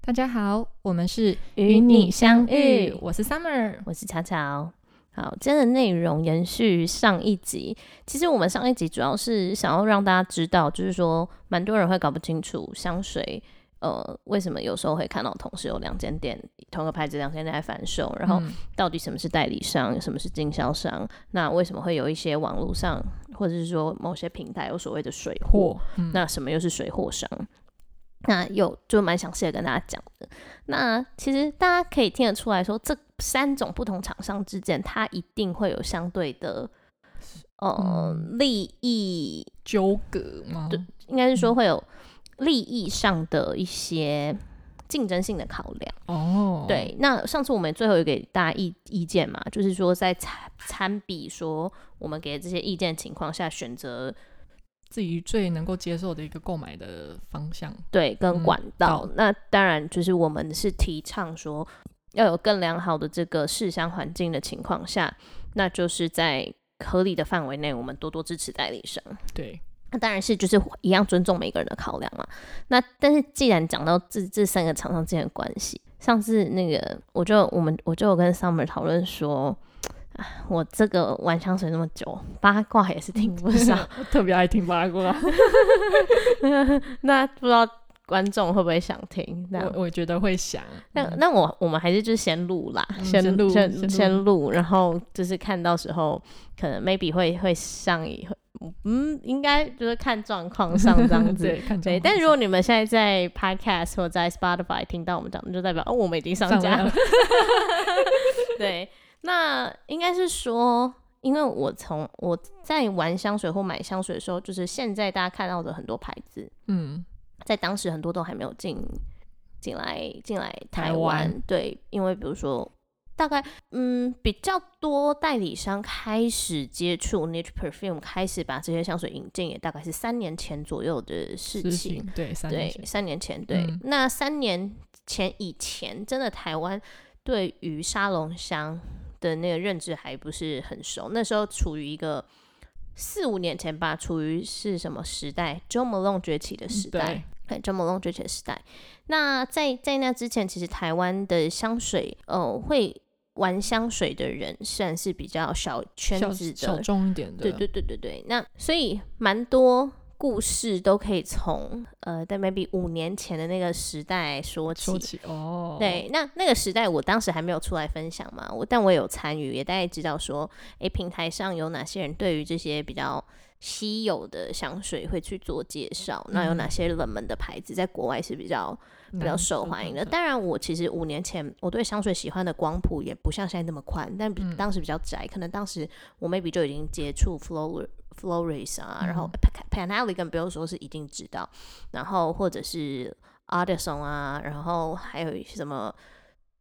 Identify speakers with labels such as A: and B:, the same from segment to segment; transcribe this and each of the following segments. A: 大家好，我们是
B: 与你相遇
A: 我是 Summer。
B: 我是巧巧。好，今天的内容延续上一集。其实我们上一集主要是想要让大家知道，就是说，蛮多人会搞不清楚香水，呃，为什么有时候会看到同时有两间店，同个牌子两间店在贩售，然后
A: 嗯
B: 到底什么是代理商，什么是经销商？那为什么会有一些网络上，或者是说某些平台有所谓的水货？
A: 货，嗯，
B: 那什么又是水货商？那有就蛮详细的跟大家讲的。那其实大家可以听得出来说，这三种不同厂商之间，它一定会有相对的呃
A: 嗯
B: 利益，
A: 纠葛吗？
B: 对应该是
A: 嗯
B: 说会有利益上的一些竞争性的考量。
A: 哦，，
B: 对，那上次我们最后有给大家意意见嘛，就是说在参参比说我们给这些意见情况下，选择
A: 自己最能够接受的一个购买的方向。
B: 对，
A: 嗯
B: 跟管道。
A: 到
B: 那当然，就是我们是提倡说，要有更良好的这个市乡环境的情况下，那就是在合理的范围内，我们多多支持代理商。
A: 对，
B: 那当然是就是一样尊重每个人的考量啊。那但是既然讲到这这三个厂商之间的关系，上次那个我就我们我就有跟 Summer 讨论说。啊我这个玩香水那么久，八卦也是听不少，
A: 我 特别爱听八卦，
B: 那不知道观众会不会想听？这样
A: 我我觉得会想。
B: 那那我我们还是就是先录啦，
A: 嗯
B: 先
A: 先录先录
B: 先先录，然后就是看到时候可能 maybe 会会上一，会嗯，应该就是看状况上 这样子。
A: 对，看
B: 嗯
A: 状况
B: 对，但如果你们现在在 Podcast 或在 Spotify 听到我们讲，就代表哦，我们已经上
A: 上
B: 架
A: 架
B: 了。 对，那应该是说，因为我从我在玩香水或买香水的时候，就是现在大家看到的很多牌子，
A: 嗯，
B: 在当时很多都还没有进进来进来台
A: 台
B: 湾
A: 湾，
B: 对，因为比如说大概嗯比较多代理商开始接触 niche perfume，开始把这些香水引进，也大概是三年前左右的事
A: 事
B: 情
A: 情。对，三年
B: 对，
A: 前
B: 三年前，对，
A: 嗯
B: 那三年前以前，真的台湾对于沙龙香的那个认知还不是很熟，那时候处于一个四五年前吧，处于是什么时代？Joe Malone 崛起的时代
A: 嗯对，
B: 对 John Malone 崛起的时代。那在在那之前，其实台湾的香水，呃，会玩香水的人算是比较小圈
A: 小
B: 子
A: 小
B: 的，
A: 众一点的，
B: 对对对对对。那所以蛮多故事都可以从呃，在 maybe 五年前的那个时代说起。
A: 说起哦，，
B: 对，那那个时代我当时还没有出来分享嘛，我但我有参与，也大概知道说，诶，平台上有哪些人对于这些比较稀有的香水会去做介绍，那有哪些冷门的牌子在国外是比较比较受欢迎的。当然，我其实五年前我对香水喜欢的光谱也不像现在那么宽，但比
A: 嗯
B: 当时比较窄，可能当时我 maybe 就已经接触 flower。Flores 啊，然后 Panelli 更不用说是一定知道，然后或者是 Artisan 啊，然后还有什么，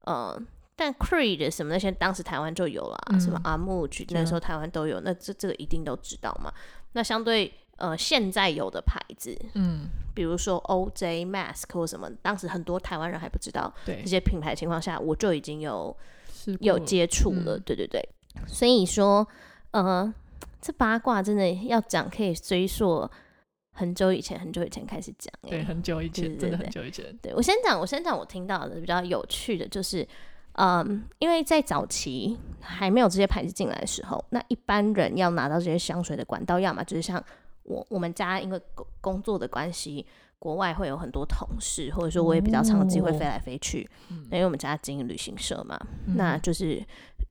B: 呃，但 Creed 什么那些当时台湾就有了、啊
A: 嗯
B: 什么 Armuj
A: 对
B: 那时候台湾都有，那这这个一定都知道嘛。那相对呃现在有的牌子，
A: 嗯，
B: 比如说 OJ Mask 或什么，当时很多台湾人还不知道
A: 对
B: 这，些品牌的情况下，我就已经有
A: 是
B: 有
A: 过
B: 接触了，
A: 嗯
B: 对对对。所以说，呃，这八卦真的要讲，可以追溯很久以前，很久以前开始讲、欸。
A: 对，很久以前，
B: 对对
A: 真的
B: 对
A: 很久以前，
B: 对我先讲，我先讲我听到的比较有趣的就是，嗯，因为在早期还没有这些牌子进来的时候，那一般人要拿到这些香水的管道，要么就是像我我们家因为工工作的关系，国外会有很多同事，或者说我也比较常有机会
A: 哦
B: 飞来飞去，
A: 嗯
B: 因为我们家经营旅行社嘛，那
A: 嗯
B: 就是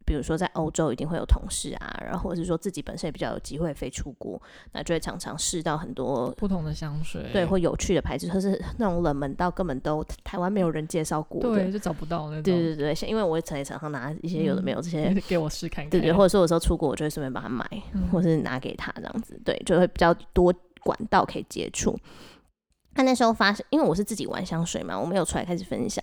B: 比如说在欧洲一定会有同事啊，然后或者是说自己本身也比较有机会飞出国，那就会常常试到很多
A: 不同的香水，
B: 对，或有趣的牌子，或是 那种冷门到根本都台湾没有人介绍过的。
A: 对，就找不到那种，
B: 对对对像因为我也常常拿一些有的没有这些，
A: 给我试看看，
B: 对对，或者说有时候出国我就会顺便把它买，
A: 嗯
B: 或是拿给他这样子，对，就会比较多管道可以接触。那那时候发现，因为我是自己玩香水嘛，我没有出来开始分享。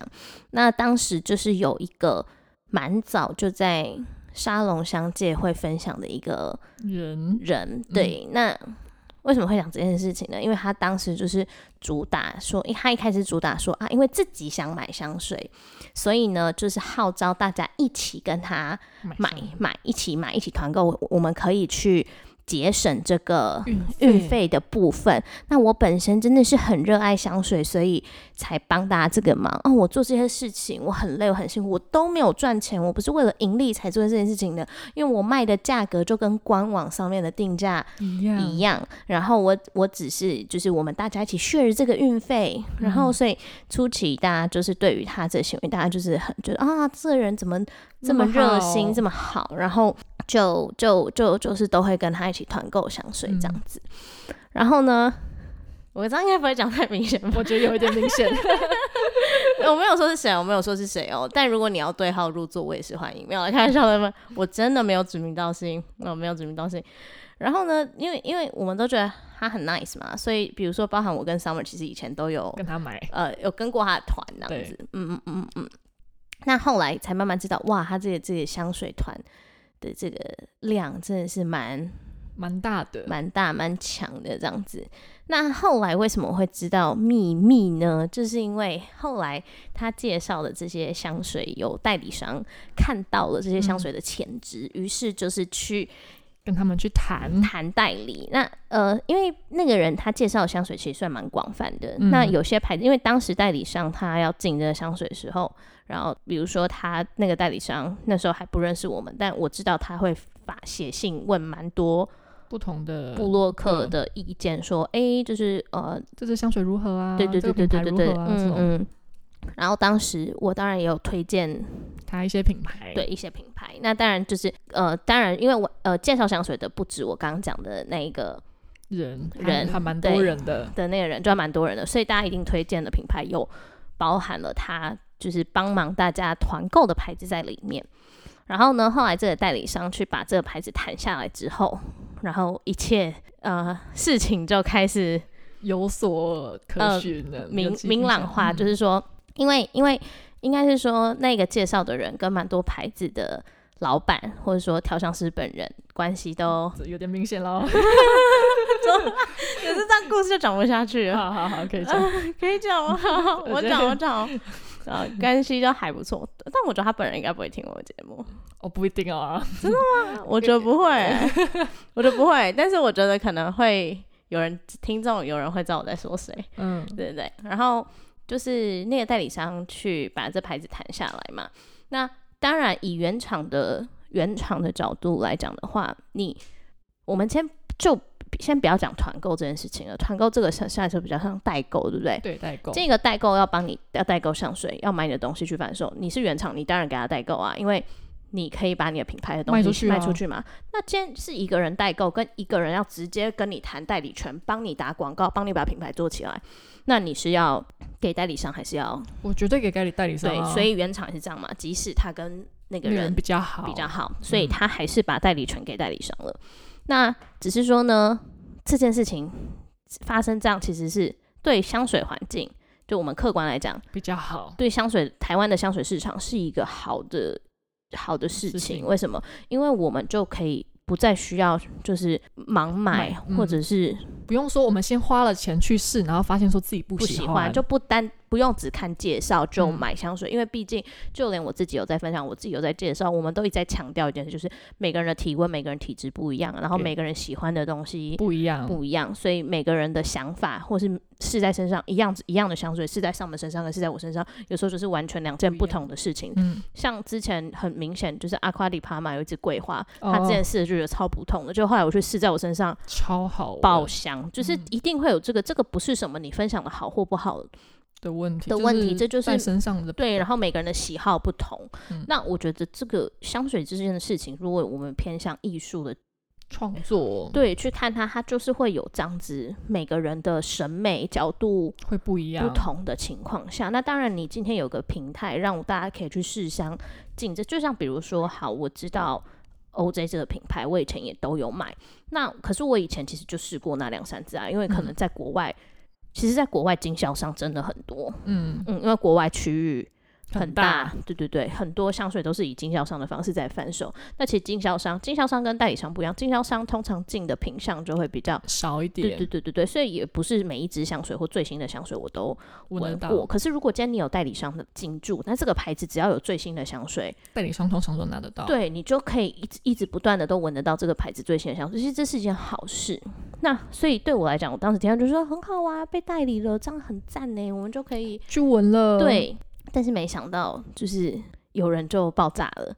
B: 那当时就是有一个蛮早就在沙龙香界会分享的一个
A: 人
B: 人。对，那为什么会讲这件事情呢？因为他当时就是主打说，诶他一开始主打说啊，因为自己想买香水，所以呢，就是号召大家一起跟他
A: 买
B: 买
A: 香
B: 买一起买一起团购，我我们可以去节省这个
A: 运
B: 运费的部分。那我本身真的是很热爱香水，所以才帮大家这个忙。哦，我做这些事情，我很累，我很辛苦，我都没有赚钱，我不是为了盈利才做这件事情的，因为我卖的价格就跟官网上面的定价
A: 一样
B: 一样。然后我我只是就是我们大家一起 share 这个运费，然后所以初期大家就是对于他这行为，大家就是很觉得啊，这个人怎么这么热心，这
A: 么
B: 么好，然后就就就就是都会跟他一起团购香水这样子。然后呢，我这样应该不会讲太明显吧
A: 好，？我觉得有一点明显。
B: 我没有说是谁，我没有说是谁哦。但如果你要对号入座，我也是欢迎。没有啦，开玩笑的嘛，我真的没有指名道姓，我没有指名道姓。然后呢，因为因为我们都觉得他很 nice 嘛，所以比如说，包含我跟 Summer 其实以前都有
A: 跟他买，
B: 呃有跟过他的团那样
A: 对
B: 子，嗯嗯嗯嗯。那后来才慢慢知道，哇，他这个这个香水团的这个量真的是蛮
A: 蛮大的，
B: 蛮大蛮强的这样子。那后来为什么会知道秘密呢？就是因为后来他介绍的这些香水有代理商看到了这些香水的潜质，于、是就是去
A: 跟他们去谈。
B: 谈代理。那呃，因为那个人他介绍的香水其实算蛮广泛的。
A: 嗯
B: 那有些牌子，因为当时代理商他要进这个香水的时候，然后比如说他那个代理商那时候还不认识我们，但我知道他会发写信问蛮多
A: 不同的，
B: 布洛克
A: 嗯
B: 的意见，说哎、就是呃，
A: 这支香水如何啊？
B: 对对对
A: 这个
B: 对
A: 品牌
B: 对对对，
A: 如何啊？这
B: 嗯
A: 种
B: 嗯。然后当时我当然也有推荐
A: 它一些品牌，
B: 对一些品牌，那当然就是呃，当然因为我呃介绍香水的不止我刚刚讲的那一个
A: 人
B: 人
A: 还还蛮
B: 对
A: 多人的，
B: 的那个人，就还蛮多人的，所以大家一定推荐的品牌有包含了他就是帮忙大家团购的牌子在里面。然后呢，后来这个代理商去把这个牌子谈下来之后，然后一切呃事情就开始
A: 有所可
B: 呃
A: 循的，
B: 明
A: 有迹
B: 明
A: 可
B: 朗
A: 循
B: 化，就是说，因为因为应该是说那个介绍的人跟蛮多牌子的老板或者说调香师本人关系 都，
A: 这有点明显喽。
B: 可是这样故事就讲不下去了，
A: 好好好，可以讲。
B: 可以讲吗？我
A: 我觉得
B: 讲我讲， 然后关系就还不错，但我觉得他本人应该不会听我节目，
A: 哦，不一定哦，
B: 我觉得不会、 我觉得不会，但是我觉得可能会有人听众有人会知道我在说谁，
A: 嗯，
B: 对对对，然后就是那个代理商去把这牌子谈下来嘛。那当然，以原厂的原厂的角度来讲的话，你我们先就先不要讲团购这件事情了，团购这个现在就比较像代购，对不对？
A: 对，代购，
B: 这个代购要帮你要代购香水，要买你的东西去贩售。你是原厂，你当然给他代购啊，因为你可以把你的品牌的东西
A: 卖出去啊
B: 卖出去嘛。那既然是一个人代购，跟一个人要直接跟你谈代理权，帮你打广告，帮你把品牌做起来，那你是要给代理商还是要？
A: 我绝对给代理代理商
B: 对
A: 啊，，
B: 所以原厂也是这样嘛，即使他跟那个
A: 那个
B: 人
A: 人比较好，
B: 比较好，所以他还是把代理权给代理商了。那只是说呢，这件事情发生这样，其实是对香水环境，就我们客观来讲，
A: 比较好，
B: 对香水台湾的香水市场是一个好的好的事情。
A: 事情
B: 为什么？因为我们就可以不再需要就是盲买，
A: 买嗯
B: 或者是
A: 不用说我们先花了钱去试，然后发现说自己不
B: 不
A: 喜
B: 喜欢，就不单不用只看介绍就
A: 嗯
B: 买香水，因为毕竟就连我自己有在分享，我自己有在介绍，我们都一直在强调一件事，就是每个人的体温、每个人体质不一样，然后
A: 对
B: 每个人喜欢的东西。
A: 不一样，
B: 不一样，所以每个人的想法或是试在身上一样一样的香水，试在上门身上跟试在我身上，有时候就是完全两件
A: 不一
B: 不
A: 样
B: 同的事情。
A: 嗯，
B: 像之前很明显就是阿夸里帕玛有一支桂花，
A: 哦
B: 它之前试的就觉得超普通的，就后来我去试在我身上
A: 超好
B: 爆
A: 的
B: 香，就是
A: 嗯
B: 一定会有这个，这个不是什么你分享的好或不好，
A: 的问题
B: 的问题这
A: 这
B: 就是
A: 在身上的
B: 对，然后每个人的喜好不同。
A: 嗯
B: 那我觉得这个香水之间的事情，如果我们偏向艺术的
A: 创作，，
B: 对去看它，它就是会有这样子每个人的审美角度
A: 会不一样，
B: 不同的情况下，那当然你今天有个平台让大家可以去试香竞争，就像比如说，好，我知道 OJ 这个品牌，我以前也都有买，那可是我以前其实就试过那两三支啊，因为可能在国外，其实在国外经销商真的很多，
A: 嗯，
B: 嗯，因为国外区域很大，对对对，很多香水都是以经销商的方式在贩售。那其实经销商，经销商跟代理商不一样，经销商通常进的品相就会比较，
A: 少一
B: 对
A: 点，
B: 对对对对，所以也不是每一支香水或最新的香水我都
A: 闻得
B: 闻
A: 到
B: 过。可是如果今天你有代理商的进驻，那这个牌子只要有最新的香水，
A: 代理商通常都拿得到。
B: 对你就可以一直一直不断的都闻得到这个牌子最新的香水，其实这是一件好事。那所以对我来讲，我当时听到就说很好啊，被代理了，这样很赞呢，我们就可以
A: 去闻了，，
B: 对，但是没想到就是有人就爆炸了。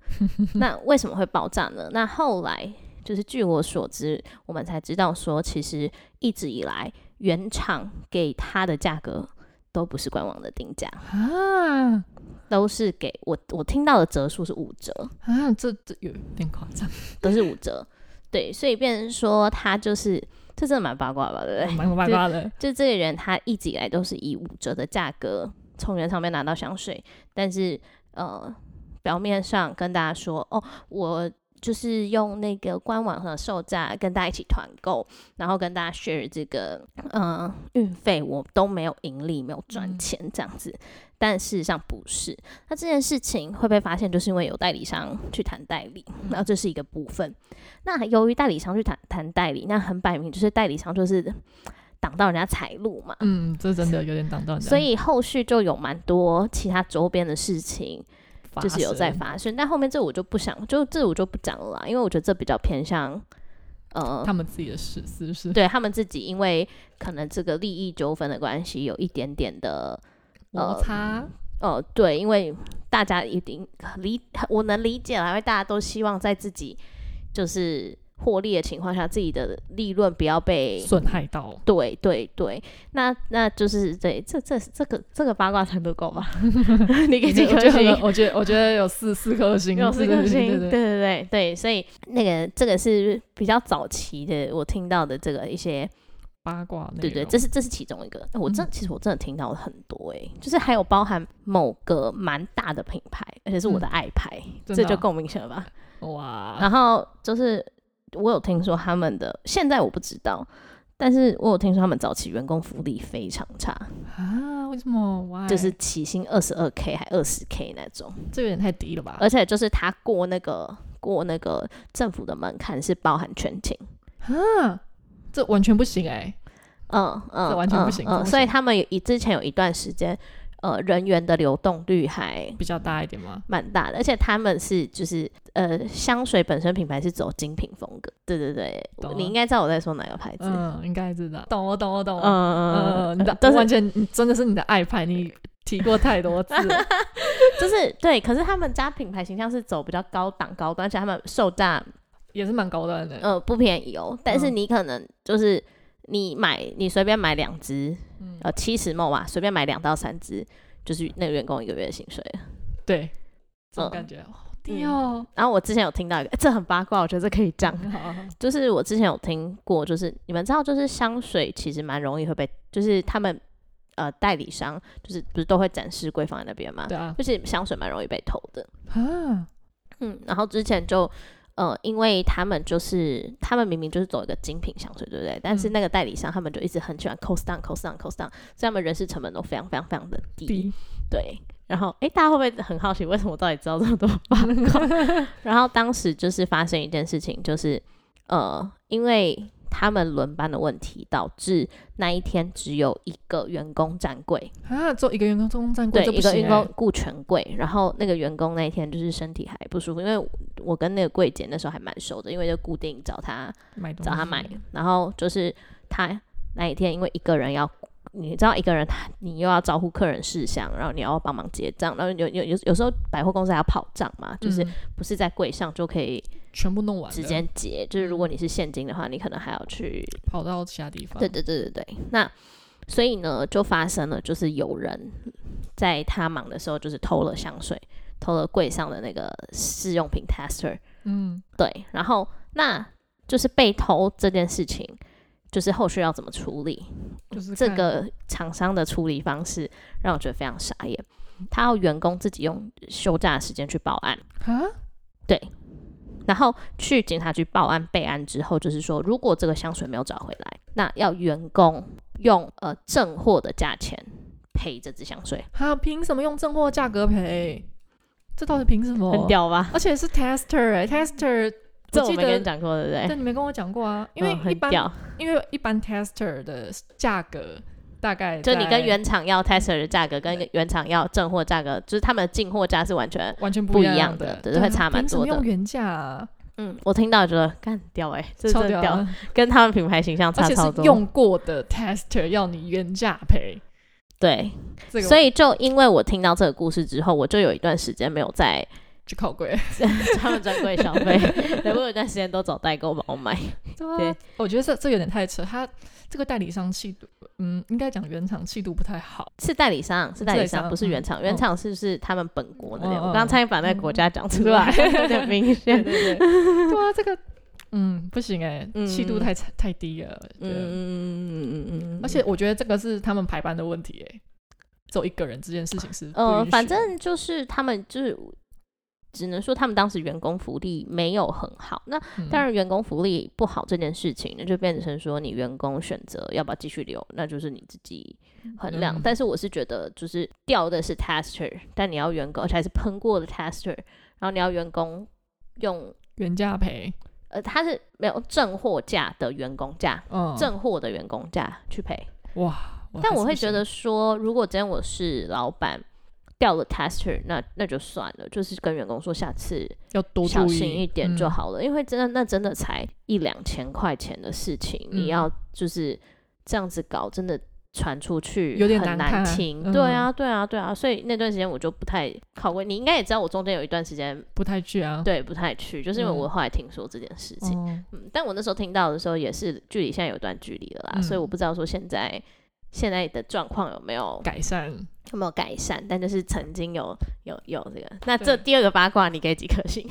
B: 那为什么会爆炸呢？那后来就是据我所知，我们才知道说，其实一直以来原厂给它的价格都不是官网的定价，
A: 啊
B: 都是给我我听到的折数是五折，
A: 啊，这这有点夸 张，
B: 都是五折。对，所以变成说它就是这真的蛮八卦吧，对不对？
A: 蛮八卦的。
B: 就这个人他一直以来都是以五折的价格从原厂面拿到香水，但是呃，表面上跟大家说哦，我就是用那个官网上的售价跟大家一起团购，然后跟大家 share 这个呃运费，我都没有盈利，没有赚
A: 嗯
B: 钱这样子。但事实上不是，那这件事情会被发现，就是因为有代理商去谈代理，然后这是一个部分。那由于代理商去谈谈代理，那很摆明就是代理商就是挡到人家财路嘛，
A: 嗯，这真的有点挡到人家
B: 所以后续就有蛮多其他周边的事情，
A: 发
B: 就是有在
A: 生
B: 发生。但后面这我就不想，就这我就不讲了啦，因为我觉得这比较偏向，呃，
A: 他们自己的事，是不是？
B: 对他们自己，因为可能这个利益纠纷的关系，有一点点的，
A: 摩擦，
B: 呃，对，因为大家一定理，我能理解啦，因为大家都希望在自己就是获利的情况下，自己的利润不要被
A: 损害 到，
B: 对对对，那那就是对，这这这个这个八卦程度够吧？ 你给
A: 我
B: 几
A: 觉
B: 颗
A: 得
B: 星？
A: 我觉得我觉得有四四颗星，
B: 有
A: 对
B: 四颗
A: 对
B: 星，
A: 对对，
B: 对对对对，所以那个这个是比较早期的，我听到的这个一些，
A: 八卦内
B: 对对，
A: 容
B: 这是这是其中一个。我真
A: 嗯
B: 其实我真的听到了很多诶、就是还有包含某个蛮大的品牌，而且是我的爱牌，
A: 嗯真
B: 这
A: 的
B: 就
A: 啊
B: 够啊明显了吧？
A: 哇，
B: 然后就是我有听说他们的，现在我不知道，但是我有听说他们早期员工福利非常差，
A: 啊，为什么？哇，
B: 就是起薪二十二 k 还二十 k 那种，
A: 这有点太低了吧？
B: 而且就是他过那个过那个政府的门槛是包含全勤，
A: 啊，这完全不行哎，
B: 嗯嗯，
A: 这完全不行这
B: 嗯，
A: 不
B: 嗯
A: 行
B: 所以他们有以之前有一段时间，呃，人员的流动率还。
A: 比较大一点吗？
B: 蛮大的，而且他们是就是呃，香水本身品牌是走精品风格，对对对
A: 懂，了
B: 你应该知道我在说哪个牌子，
A: 嗯，应该知道，懂我懂我懂我，
B: 嗯
A: 嗯，你的
B: 但
A: 完
B: 是
A: 全你真的是你的爱牌， 你提过太多次了，
B: 就是对，可是他们家品牌形象是走比较高档高端，而且他们售价
A: 也是蛮高端的，
B: 呃不便宜哦，但是
A: 嗯
B: 你可能就是。你买你随便买两支，
A: 嗯，
B: 呃，七十梦嘛，随便买两到三支，就是那个员工一个月的薪水。
A: 对，这种
B: 嗯
A: 感觉哦好低哦，
B: 然后我之前有听到一个，这很八卦，我觉得这可以讲。
A: 好，
B: 就是我之前有听过，就是你们知道，就是香水其实蛮容易会被，就是他们呃代理商就是不是都会展示柜放在那边嘛，
A: 对啊，
B: 就是香水蛮容易被偷的。
A: 啊，
B: 嗯，然后之前就呃，因为他们就是他们明明就是走一个精品香水，对不对？但是
A: 嗯
B: 那个代理商他们就一直很喜欢 cost down、cost down、cost down，所以他们人事成本都非常非常非常的低。
A: 低，
B: 对，然后诶，大家会不会很好奇为什么我到底知道这么多八卦？ 然后当时就是发生一件事情，就是呃，因为他们轮班的问题，导致那一天只有一个员工站柜，
A: 啊，做一个员工中站过，
B: 对，
A: 这不
B: 一个
A: 行
B: 员
A: 欸
B: 工顾全柜，然后那个员工那一天就是身体还不舒服，因为我跟那个柜姐那时候还蛮熟的，因为就固定找她
A: 哎买东西
B: 找她买，
A: 嗯
B: 然后就是她那一天因为一个人要。你知道一个人，你又要招呼客人事项，然后你要帮忙结账，然后有有有有时候百货公司还要跑账嘛，就是
A: 嗯
B: 不是在柜上就可以
A: 全部弄完了，
B: 直接结，就是如果你是现金的话，你可能还要去
A: 跑到其他地方，
B: 对对对对对，那所以呢，就发生了，就是有人在他忙的时候，就是偷了香水，偷了柜上的那个试用品 tester，
A: 嗯，
B: 对，然后那就是被偷这件事情，就是后续要怎么处理，
A: 就是
B: 这
A: 看
B: 个厂商的处理方式让我觉得非常傻眼，他要员工自己用休假的时间去报案。
A: 啊，
B: 然后去警察局报案备案之后，就是说，如果这个香水没有找回来，那要员工用呃正货的价钱赔这支香水，
A: 还有凭什么用正货价格赔？这到底凭什么？
B: 很屌吧？
A: 而且是 tester 哎、tester，
B: 这我
A: 记
B: 没跟
A: 得
B: 你，讲过，对不对？
A: 对，你没跟我讲过啊，因为
B: 嗯
A: 一
B: 很
A: 般、
B: 屌，
A: 因为一般 tester 的价格大概
B: 就你
A: 在
B: 跟原厂要 tester 的价格，跟原厂要正货价格，就是他们的进货价是完全，
A: 完全
B: 不
A: 一
B: 一样
A: 的
B: 的，对
A: 啊
B: 会差蛮
A: 凭什
B: 多
A: 么
B: 的
A: 用原价、啊，
B: 嗯，我听到觉得干屌哎、欸，这
A: 超
B: 真的
A: 啊
B: 屌，跟他们品牌形象
A: 而
B: 差
A: 且
B: 超
A: 是
B: 多。
A: 用过的 tester 要你原价赔，
B: 对，
A: 这个
B: 所以就因为我听到这个故事之后，我就有一段时间没有 在
A: 就靠贵。
B: 他们专柜消费，对我有一段时间都找代购帮我买。
A: 对
B: 对
A: 啊，我觉得这这有点太扯。他这个代理商气度，嗯，应该讲原厂气度不太好。
B: 是代理商，是代
A: 是
B: 理
A: 代理商
B: 商，不是原厂。
A: 嗯
B: 原厂是是他们本国的那
A: 嗯
B: 个。
A: 嗯
B: 我刚刚差点把那个国家讲出来，有点明
A: 对
B: 显。
A: 对对，对啊，这个嗯不行哎、
B: 嗯
A: 气度太差太低了。
B: 嗯
A: 嗯，
B: 嗯嗯嗯嗯嗯。
A: 而且我觉得这个是他们排班的问题哎、只有一个人这件事情是不
B: 呃
A: 允，许
B: 反
A: 的
B: 正就是他们就是。只能说他们当时员工福利没有很好，那
A: 嗯
B: 当然员工福利不好这件事情，那就变成说你员工选择要不要继续留，那就是你自己衡量。
A: 嗯
B: 但是我是觉得，就是掉的是 tester，但你要员工，而且还是喷过的 tester，然后你要员工用
A: 原价赔，
B: 呃，他是没有正货价的员工价，
A: 嗯，
B: 正货的员工价去赔。
A: 哇，
B: 但
A: 还
B: 我
A: 是
B: 会
A: 不
B: 觉
A: 行
B: 得说，如果今天我是老板，掉了 tester，那那就算了，就是跟员工说下次
A: 要多
B: 小
A: 注
B: 心
A: 意
B: 一点就
A: 嗯
B: 好了，因为真的那真的才一两千块钱的事情，
A: 嗯
B: 你要就是这样子搞，真的传出去
A: 有点
B: 很
A: 难看
B: 难听。
A: 嗯
B: 对啊，对啊，对啊，所以那段时间我就不太考过，你应该也知道，我中间有一段时间
A: 不太去啊。
B: 对不太去，就是因为
A: 嗯
B: 我后来听说这件事情。
A: 哦，
B: 嗯，但我那时候听到的时候，也是距离现在有段距离了啦，
A: 嗯
B: 所以我不知道说现在现在的状况有没有
A: 改善
B: 有没有改善，但就是曾经有有有这个。那
A: 对
B: 这第二个八卦你给几颗星？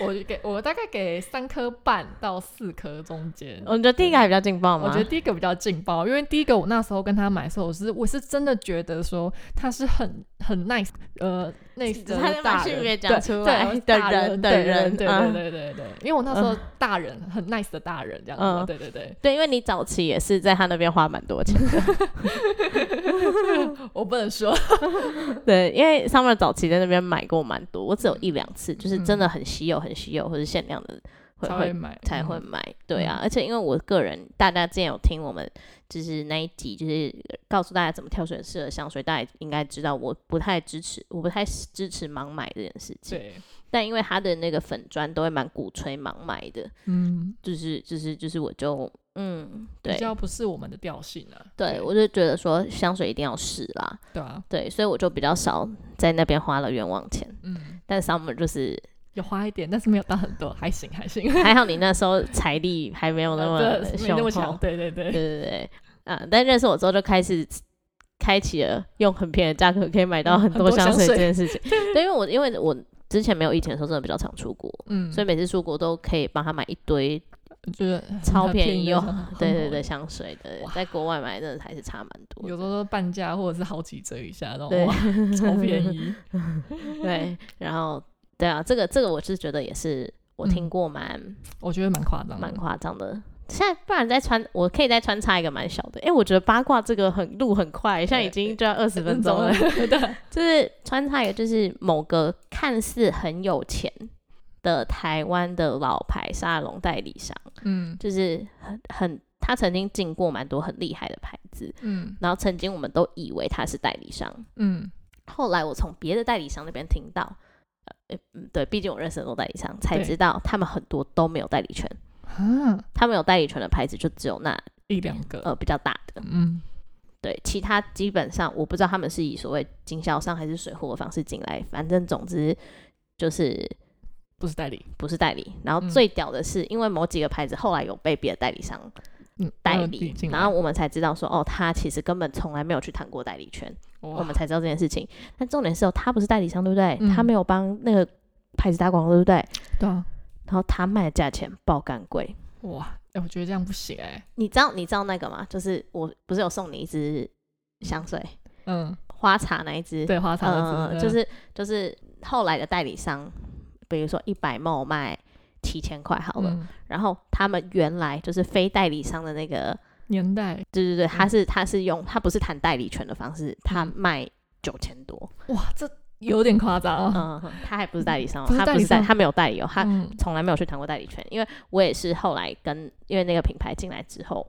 A: 我就给我大概给三颗半到四颗中间。
B: 我觉得第一个还比较劲爆吗？
A: 我觉得第一个比较劲爆，因为第一个我那时候跟他买的时候，我是我是真的觉得说他是很很 nice，呃，nice
B: 只
A: 的
B: 是他在把
A: 大
B: 性
A: 人
B: 别
A: 对
B: 讲出来
A: 对
B: 的
A: 大
B: 人
A: 人
B: 的
A: 对
B: 人
A: 对
B: 嗯
A: 对对对对，因为我那时候大人很 nice 的大人这样子，
B: 嗯
A: 对对对，
B: 对，因为你早期也是在他那边花蛮多 钱。
A: 我不能说，
B: 对，因为 Summer 早期在那边买过蛮多，我只有一两次，就是真的很稀有、很稀有或者限量的会
A: 才
B: 会
A: 会买
B: 才会
A: 嗯
B: 买。对啊，而且因为我个人，大家之前有听我们就是那一集，就是告诉大家怎么挑选适合香水，大家应该知道，我不太支持，我不太支持盲买这件事情。
A: 对，
B: 但因为他的那个粉砖都会蛮鼓吹盲买的，
A: 嗯，
B: 就是就是就是我就嗯，对
A: 比。较不是我们的调性啊，
B: 对，我就觉得说香水一定要试啦，
A: 对啊，
B: 对，所以我就比较少在那边花了冤枉钱。
A: 嗯，
B: 但 Summer 就是
A: 有花一点，但是没有到很多，还行还行，
B: 还好，你那时候财力还没有那 么
A: 对没
B: 雄
A: 那么强，
B: 厚，
A: 对对对
B: 对 对对，啊，但认识我之后就开始开启了用很便宜的价格可以买到
A: 嗯
B: 很
A: 很
B: 多
A: 多香
B: 香水
A: 水
B: 这件事 情。对，因为我因为我之前没有疫情的时候，真的比较常出国，
A: 嗯，
B: 所以每次出国都可以帮他买一堆，
A: 就是
B: 超便宜
A: 又
B: 又对对对，，香水的
A: 欸哇，
B: 在国外买真的还是差蛮多的。
A: 有时候都半价或者是好几折以下，那种
B: 对
A: 哇，超便宜。
B: 对，然后对啊，这个这个我是觉得也是我听
A: 嗯
B: 过蛮
A: 我觉得蛮夸张的，
B: 蛮夸张的。现在不然再穿，我可以再穿插一个蛮小的。哎、我觉得八卦这个很路很快，现在已经就要二十分钟 了。
A: 对，
B: 就是穿插一个，就是某个看似很有钱的台湾的老牌沙龙代理商，
A: 嗯
B: 就是很很，他曾经进过蛮多很厉害的牌子，
A: 嗯
B: 然后曾经我们都以为他是代理商，
A: 嗯，
B: 后来我从别的代理商那边听到，呃，嗯对，毕竟我认识很多代理商，才
A: 对
B: 知道他们很多都没有代理权，
A: 啊，
B: 他们有代理权的牌子就只有那
A: 一两个，
B: 呃比较大的，
A: 嗯
B: 对，其他基本上我不知道他们是以所谓经销商还是水货的方式进来，反正总之就是
A: 不是代理，
B: 不是代理。然后
A: 嗯
B: 最屌的是，因为某几个牌子后来有被别的代理商
A: 嗯，
B: 代
A: 没有
B: 理
A: 递，进来
B: 然后我们才知道说，哦，他其实根本从来没有去谈过代理权，我
A: 哇
B: 们才知道这件事情。但重点是哦，他不是代理商，对不对？
A: 嗯
B: 他没有帮那个牌子打广告，对不对？
A: 对啊，
B: 然后他卖的价钱爆干贵。
A: 哇，哎，我觉得这样不行哎，
B: 你知道你知道那个吗？就是我不是有送你一支香水
A: 嗯，
B: 花茶那一支，
A: 对，花茶的嗯
B: 呃，
A: 字
B: 就是就是后来的代理商，比如说一百毛
A: 嗯
B: 卖七千块好了，，然后他们原来就是非代理商的那个
A: 年代，
B: 对对对，他是他是用他不是谈代理权的方式，他
A: 嗯
B: 卖九千多，
A: 哇，这有点夸张啊。
B: 嗯，他还不是代理商哦，
A: 不是
B: 他
A: 代
B: 不
A: 理
B: 是代，
A: 商
B: 他没有代理哦，他
A: 嗯
B: 从来没有去谈过代理权，因为我也是后来跟因为那个品牌进来之后，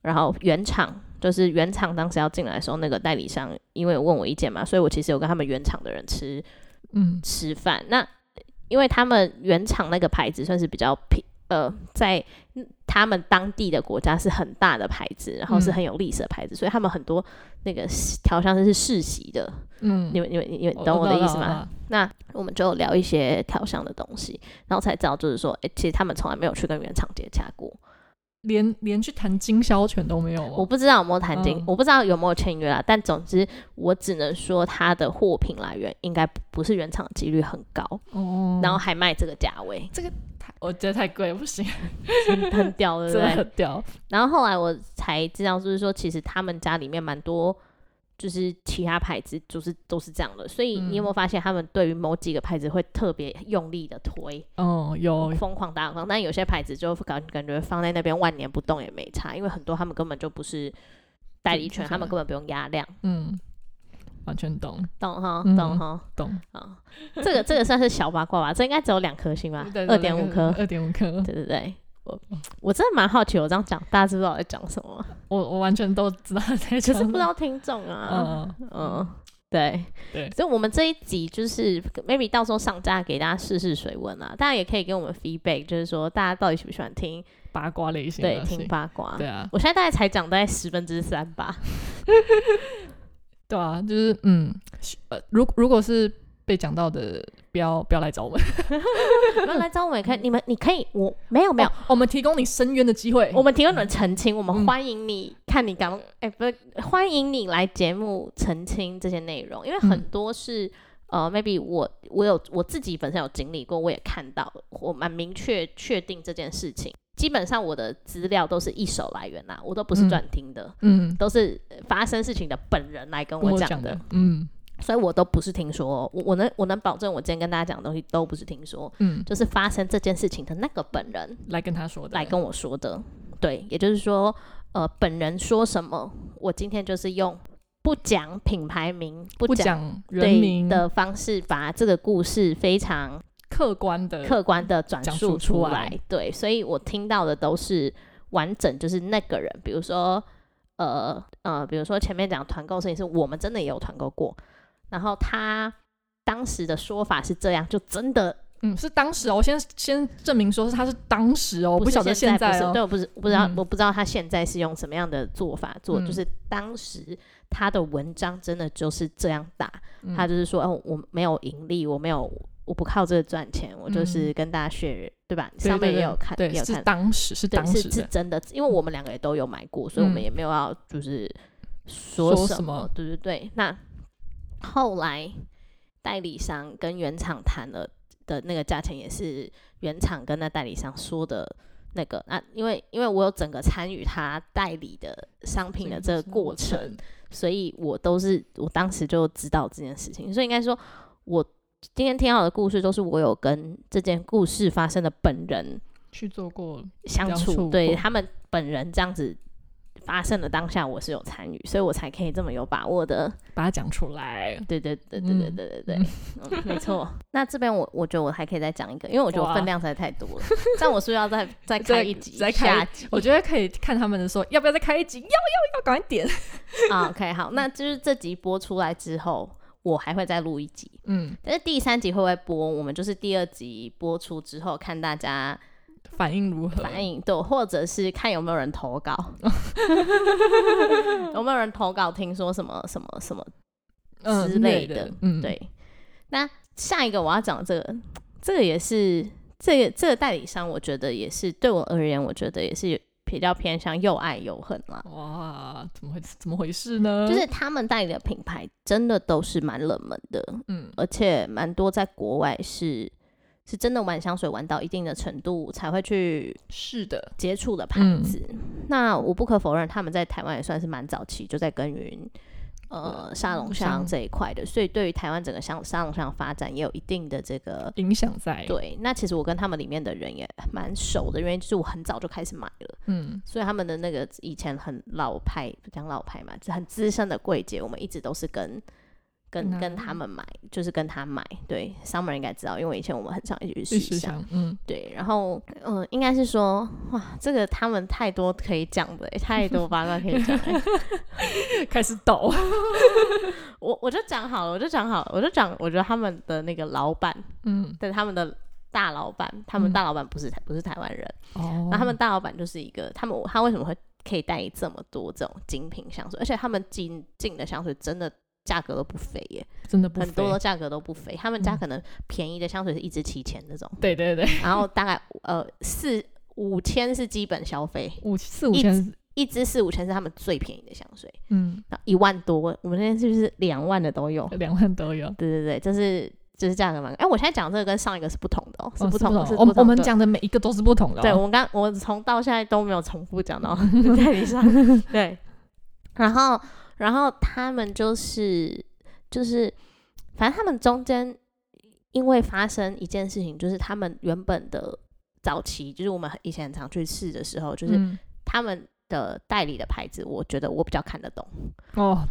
B: 然后原厂就是原厂当时要进来的时候，那个代理商因为有问我意见嘛，所以我其实有跟他们原厂的人吃
A: 嗯
B: 吃饭。那因为他们原厂那个牌子算是比较平，呃，在他们当地的国家是很大的牌子，然后是
A: 嗯
B: 很有历史的牌子，所以他们很多那个调香师是世袭的。
A: 嗯
B: 你，们、你们、你们懂哦我的
A: 知道
B: 意思？
A: 知
B: 吗？
A: 道
B: 那我们就有聊一些调香的东西，然后才知道，就是说，诶，其实他们从来没有去跟原厂接洽过。
A: 连连去谈经销权都没有
B: 我
A: 哦。
B: 不知道有没有谈经，
A: 嗯
B: 我不知道有没有签约啦。但总之，我只能说它的货品来源应该不是原厂，几率很高，
A: 哦，
B: 然后还卖这个价位，
A: 太我觉得太贵，不行，
B: 很很屌，对不
A: 真的
B: 对？
A: 很屌。
B: 然后后来我才知道，就是说，其实他们家里面蛮多。就是其他牌子就是都是这样的，所以你
A: 嗯
B: 有没有发现他们对于某几个牌子会特别用力的推？
A: 哦，有
B: 疯狂打广告，但有些牌子就感感觉放在那边万年不动也没差，因为很多他们根本就不是代理权，
A: 对
B: 他们根本不用压量，
A: 嗯，完全懂
B: 懂哈，
A: 嗯
B: 懂哈
A: 懂。
B: 啊，这个这个算是小八卦吧，这应该只有两颗星吧，二点五颗，
A: 二点五颗，嗯
B: 对对对，我我真的蛮好奇，我这样讲大家知不知道我在讲什么？
A: 我我完全都知道在
B: 可
A: 讲
B: 是
A: 什么，
B: 不知道听众啊，
A: 嗯，
B: 嗯，对
A: 对
B: 所以我们这一集就是 maybe 到时候上架给大家试试水温啊，大家也可以给我们 feedback，就是说大家到底喜不喜欢听，
A: 八卦类型
B: 对，
A: 的
B: 听
A: 行，
B: 八卦，
A: 对啊，
B: 我现在大概才讲大概十分之三 吧。
A: 对啊，就是嗯，呃，如如果是被讲到的，不要不要来找我们，
B: 然后来找我们也可以，
A: 嗯
B: 你们你可以，我没有没有，
A: 哦我们提供你申冤的机会，
B: 我们提供你们澄清，我们
A: 嗯
B: 欢迎你、看你敢，哎、不是欢迎你来节目澄清这些内容，因为很
A: 嗯
B: 多是。呃，maybe 我我有我自己本身有经历过，我也看到，我蛮明确确定这件事情。基本上我的资料都是一手来源啦，我都不是
A: 嗯
B: 转听的，
A: 嗯，
B: 都是发生事情的本人来跟
A: 跟
B: 我
A: 讲
B: 讲的。，
A: 嗯
B: 所以我都不是听说哦，我我能我能保证，我今天跟大家讲的东西都不是听说，
A: 嗯，
B: 就是发生这件事情的那个本人
A: 来跟他说的，
B: 来跟我说的。对，也就是说，呃，本人说什么，我今天就是用不讲品牌名、不
A: 不
B: 讲
A: 讲人
B: 对
A: 名
B: 的方式，把这个故事非常
A: 客观的，
B: 客观的转
A: 讲
B: 述
A: 述出
B: 出来
A: 来。
B: 对，所以我听到的都是完整，就是那个人，比如说，呃呃，比如说前面讲团购事情，是我们真的也有团购过，然后他当时的说法是这样，就真的
A: 嗯，是当时哦，我先先证明说是他是当时哦，我
B: 不是
A: 晓得
B: 现
A: 在
B: 不是，
A: 哦，
B: 对，我不是我不知道、
A: 嗯
B: 我不知道他现在是用什么样的做法做，就
A: 嗯
B: 是当时他的文章真的就是这样打，
A: 嗯
B: 他就是说，哦，我没有盈利，我没有。我不靠这个赚钱，我就是跟大家 share，、对吧？
A: 嗯对
B: 上面
A: 对
B: 也有看，
A: 对，
B: 也有
A: 是
B: 看
A: 当时是
B: 对，
A: 当时
B: 是是
A: 的，
B: 真的，因为我们两个也都有买过，所以我
A: 嗯
B: 们也没有要就是说
A: 说
B: 什
A: 什么
B: 对对对。那后来代理商跟原厂谈了的那个价钱，也是原厂跟那代理商说的那个。那因为因为我有整个参与他代理的商品的这个过程，，所以我都是我当时就知道这件事情，所以应该说我。今天听到的故事都是我有跟这件故事发生的本人
A: 去做过，
B: 相
A: 相
B: 处，
A: 处
B: 对
A: 过
B: 他们本人这样子发生的当下，我是有参与，所以我才可以这么有把握的。
A: 把它讲出来，
B: 对对对对对
A: 嗯
B: 对对对，嗯没错。那这边我我觉得我还可以再讲一个，因为我觉得我
A: 哇
B: 分量实在太多了，这样我是不是要再再开一集？
A: 再开
B: 下集
A: 我觉得可以看他们的说要不要再开一集，要要要，赶快点，
B: 啊？OK，好，那就是这集播出来之后，我还会再录一集。
A: 嗯，
B: 但是第三集会不会播？我们就是第二集播出之后，看大家
A: 反应如何？
B: 反应，对，或者是看有没有人投 稿，有没有人投稿听说什么什么什么，
A: 嗯
B: 之类的
A: 的，嗯，，
B: 对。那下一个我要讲的这个，这个也是这个这个代理商，我觉得也是对我而言，我觉得也是比较偏向又爱又恨啦。
A: 哇，怎么回怎么回事呢？
B: 就是他们代理的品牌真的都是蛮冷门的，
A: 嗯，
B: 而且蛮多在国外是是真的玩香水玩到一定的程度才会去
A: 是的，
B: 接触的牌子。那我不可否认，他们在台湾也算是蛮早期就在耕耘呃沙龙香这一块的，所以对于台湾整个香沙龙香发展也有一定的这个
A: 影响在，
B: 对。那其实我跟他们里面的人也蛮熟的，因为就是我很早就开始买了，
A: 嗯，
B: 所以他们的那个以前很老派，不讲老派嘛，就很资深的柜姐，我们一直都是跟。跟
A: 那
B: 跟他们买，就是跟他买。对，Summer 应该知道，因为以前我们很常一起去
A: 事
B: 试
A: 实
B: 香。
A: 上，嗯，
B: 对，然后嗯、呃应该是说，哇，这个他们太多可以讲的欸，太多八卦可以讲欸。
A: 开始抖，
B: 我我就讲好了，我就讲好了，我就讲，我觉得他们的那个老板，
A: 嗯，
B: 对他们的大老板，他们
A: 嗯
B: 大老板不是台、不是台湾人，
A: 哦，
B: 那、他们大老板就是一个，他们他为什么会可以代理这么多这种精品香水，而且他们进进的香水真的。价格都不菲耶，
A: 真的不
B: 很多
A: 菲
B: 的价格都不菲。他们家
A: 嗯
B: 可能便宜的香水是一支七千这种，
A: 对对对，
B: 然后大概呃四五千是基本消费，
A: 五四五
B: 一
A: 千，
B: 一支四五千是他们最便宜的香水，
A: 嗯，
B: 然后一万多，我们那天是不是两万的都有？
A: 两万都有，
B: 对对对，这是这是价格蛮。哎，我现在讲这个跟上一个是不同的哦，
A: 哦
B: 不同的，是
A: 我
B: 不
A: 们我
B: 同
A: 们
B: 的。
A: 讲的每一个都是不同的哦，
B: 对，我刚我从到现在都没有重复 讲到代理商，对。然后，然后他们就是就是，反正他们中间因为发生一件事情，就是他们原本的早期，就是我们以前常去试的时候，就是
A: 嗯
B: 他们的代理的牌子，我觉得我比较看得懂。
A: 哦，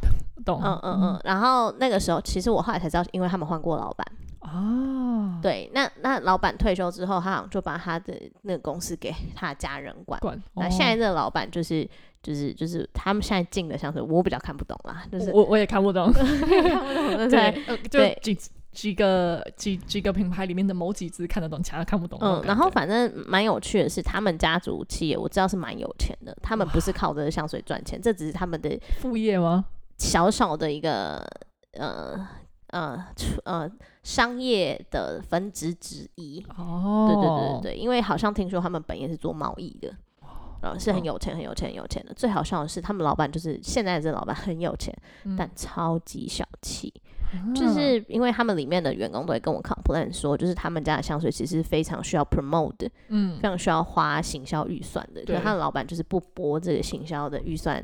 A: 懂，
B: 嗯嗯嗯。然后那个时候，其实我后来才知道，因为他们换过老板。
A: 哦嗯，啊，
B: 对，那那老板退休之后，他好像就把他的那个公司给他的家人管。
A: 管，
B: 那
A: 哦
B: 现在这个老板就是就是就是他们现在进的香水，我比较看不懂啦，就是
A: 我我也看不懂，
B: 看不 懂，对不对？
A: 对，呃
B: 对
A: 就几几个几几个品牌里面的某几支看得懂，其他看不懂那种
B: 嗯
A: 感，觉。
B: 然后反正蛮有趣的是，他们家族企业我知道是蛮有钱的，他们不是靠着香水赚钱，这只是他们的
A: 副业吗？
B: 小小的一个呃呃出呃商业的分支之一。对对
A: 哦
B: 对，对对，因为好像听说他们本业是做贸易的，然后是
A: 哦
B: 很有钱、很有钱、很有钱的。最好笑的是，他们老板就是现在的这老板很有钱，
A: 嗯啊
B: 但超级小气。就是因为他们里面的员工都会跟我 complain 说，就是他们家的香水其实非常需要 promote 的，
A: 嗯
B: 非常需要花行销预算的。可
A: 对
B: 是他的老板就是不拨这个行销的预算，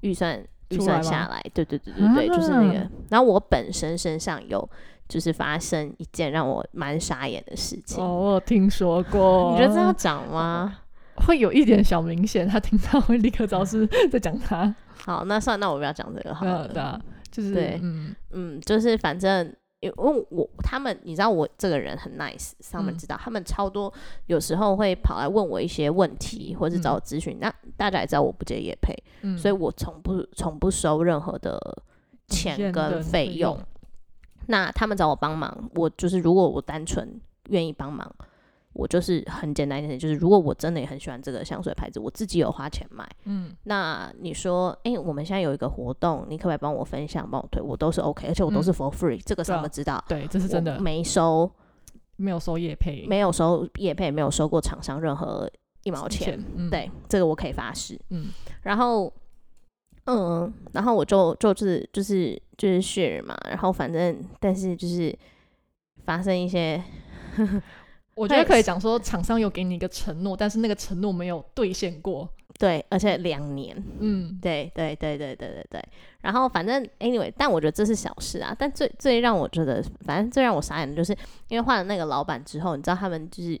B: 预算预
A: 出
B: 算
A: 来吗
B: 下来，对对对对对，就是那个
A: 啊。
B: 然后我本身身上有就是发生一件让我蛮傻眼的事情。
A: 哦，我有听说 过，
B: 你觉得这样讲吗？
A: 会有一点小明显，他听到会立刻知道是在讲他。
B: 好，那算了，那我不要讲这 个好
A: 呃，
B: 了。
A: 对啊，就是
B: 对
A: 嗯
B: 嗯，就是反正因为我他们，你知道我这个人很 nice，他们
A: 嗯
B: 知道，他们超多有时候会跑来问我一些问题，或是找我咨询。那大家也知道我不接业配，
A: 嗯，
B: 所以
A: 以
B: 我从不从不收任何的钱跟费用。那他们找我帮忙，我就是如果我单纯愿意帮忙。我就是很简单一件事，就是如果我真的也很喜欢这个香水牌子，我自己有花钱买，
A: 嗯
B: 那你说，哎、我们现在有一个活动，你可不可以帮我分享、帮我推？我都是 OK，而且我都是 for free，、这个是
A: 对啊
B: 他们知道，
A: 对，这是真的
B: 我没收，
A: 没有收业配
B: 没有收业配，没有收过厂商任何一毛钱。，
A: 嗯，
B: 对，这个我可以发誓。
A: 嗯
B: 然后，嗯，然后我就就是就是就是 share 嘛，然后反正但是就是发生一些
A: 我觉得可以讲说厂商有给你一个承诺，但是那个承诺没有兑现过。
B: 对，而且两年，
A: 嗯，
B: 对对对对对对对。然后反正 anyway，但我觉得这是小事啊。但最最让我觉得，反正最让我傻眼的就是，因为换了那个老板之后，你知道他们就是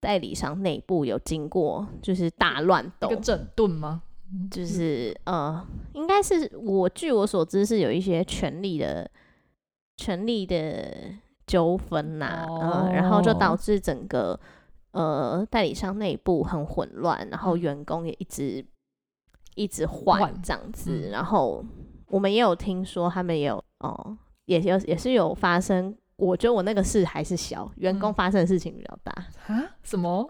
B: 代理商内部有经过就是大乱
A: 一
B: 斗
A: 个，整顿吗？嗯
B: 就是呃，应该是我据我所知是有一些权利的权利的纠纷呐、呃，然后就导
A: 哦
B: 致整个呃代理商内部很混乱，然后员工也一直一直换
A: 嗯换
B: 这样子，
A: 嗯
B: 然后我们也有听说他们也有哦、也有也是有发生。我觉得我那个事还是小，员工
A: 嗯
B: 发生的事情比较大。
A: 啊？什么？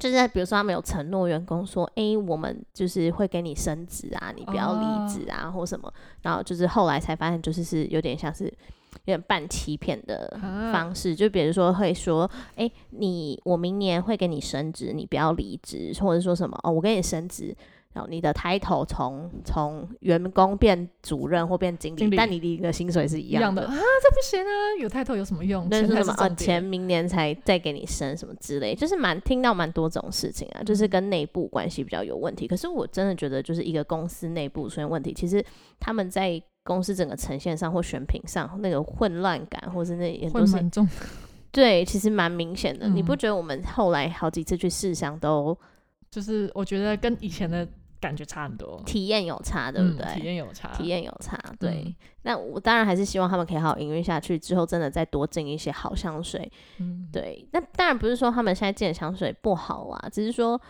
B: 就是在比如说他们有承诺员工说，诶，我们就是会给你升职啊，你不要
A: 哦
B: 离职啊，或什么，然后就是后来才发现，就是是有点像是有点半欺骗的
A: 啊
B: 方式，就比如说会说，诶，你我明年会给你升职，你不要离职，或者说什么哦，我给你升职。然后你的 title 从从员工变主任或变经理，
A: 经理
B: 但你领的薪水是一
A: 一样
B: 样
A: 的啊？这不行啊！有抬头有什么用？
B: 那
A: 钱
B: 是
A: 才
B: 什么
A: 是
B: 啊？
A: 重点
B: 钱明年才再给你升什么之类，就是蛮听到蛮多种事情啊，
A: 嗯
B: 就是跟内部关系比较有问题。可是我真的觉得，就是一个公司内部出现问题，其实他们在公司整个呈现上或选品上那个混乱感，或是那也
A: 会
B: 都是
A: 蛮重
B: 对，其实蛮明显的。你不
A: 嗯
B: 觉得我们后来好几次去试香都
A: 就是我觉得跟以前的感觉差很多，
B: 体验有差，对不
A: 嗯
B: 对？
A: 体验有差，
B: 体验有差，
A: 嗯
B: 对。那我当然还是希望他们可以好好营运下去，之后真的再多进一些好香水。
A: 嗯，
B: 对，那当然不是说他们现在进的香水不好啊，只是说，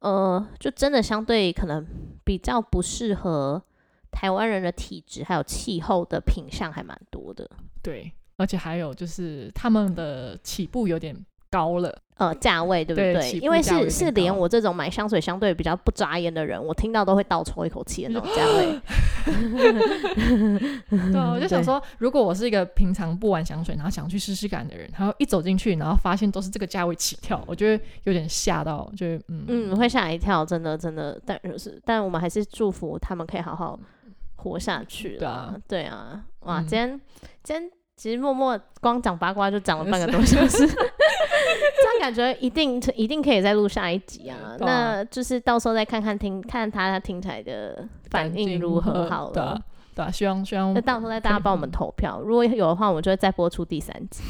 B: 呃，就真的相对可能比较不适合台湾人的体质还有气候的品相还蛮多的。
A: 对，而且还有就是他们的起步有点高了，
B: 呃，价位对不
A: 对
B: 对？
A: 起步
B: 因为
A: 价位有
B: 是是
A: 点
B: 连
A: 高
B: 我这种买香水相对比较不扎眼的人，我听到都会倒抽一口气的那种价位。
A: 对啊，我就想
B: 对
A: 说，如果我是一个平常不玩香水，然后想去试试感的人，然后一走进去，然后发现都是这个价位起跳，我就会有点吓到，就会嗯
B: 嗯，会吓一跳，真的真的，但是但我们还是祝福他们可以好好活下去
A: 对
B: 啦
A: 啊。
B: 对啊，哇，
A: 嗯
B: 今天今天其实默默光讲八卦就讲了 半个多小时， 这样感觉一定一定可以再录下一集啊。
A: 对啊
B: 那就是到时候再看看听看他听起来的反应如何好
A: 对
B: 了呃
A: 啊。对啊，希望希望
B: 那到时候再大家帮我们投票，如果有的话，我们就会再播出第三集。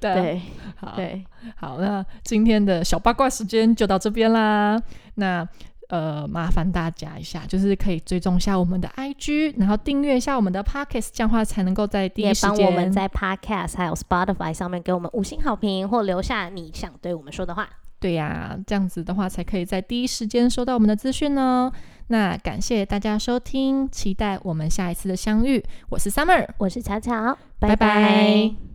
A: 对啊
B: 对
A: 好
B: 对，
A: 好，那今天的小八卦时间就到这边啦。那呃，麻烦大家一下，就是可以追踪一下我们的 IG，然后订阅一下我们的 Podcast，这样的话才能够在第一
B: 也
A: 时
B: 帮
A: 间
B: 我们在 Podcast 还有 Spotify 上面给我们五星好评，或留下你想对我们说的话。
A: 对呀、这样子的话才可以在第一时间收到我们的资讯哦。那感谢大家收听，期待我们下一次的相遇。我是 Summer。
B: 我是巧巧，
A: 拜拜
B: 拜拜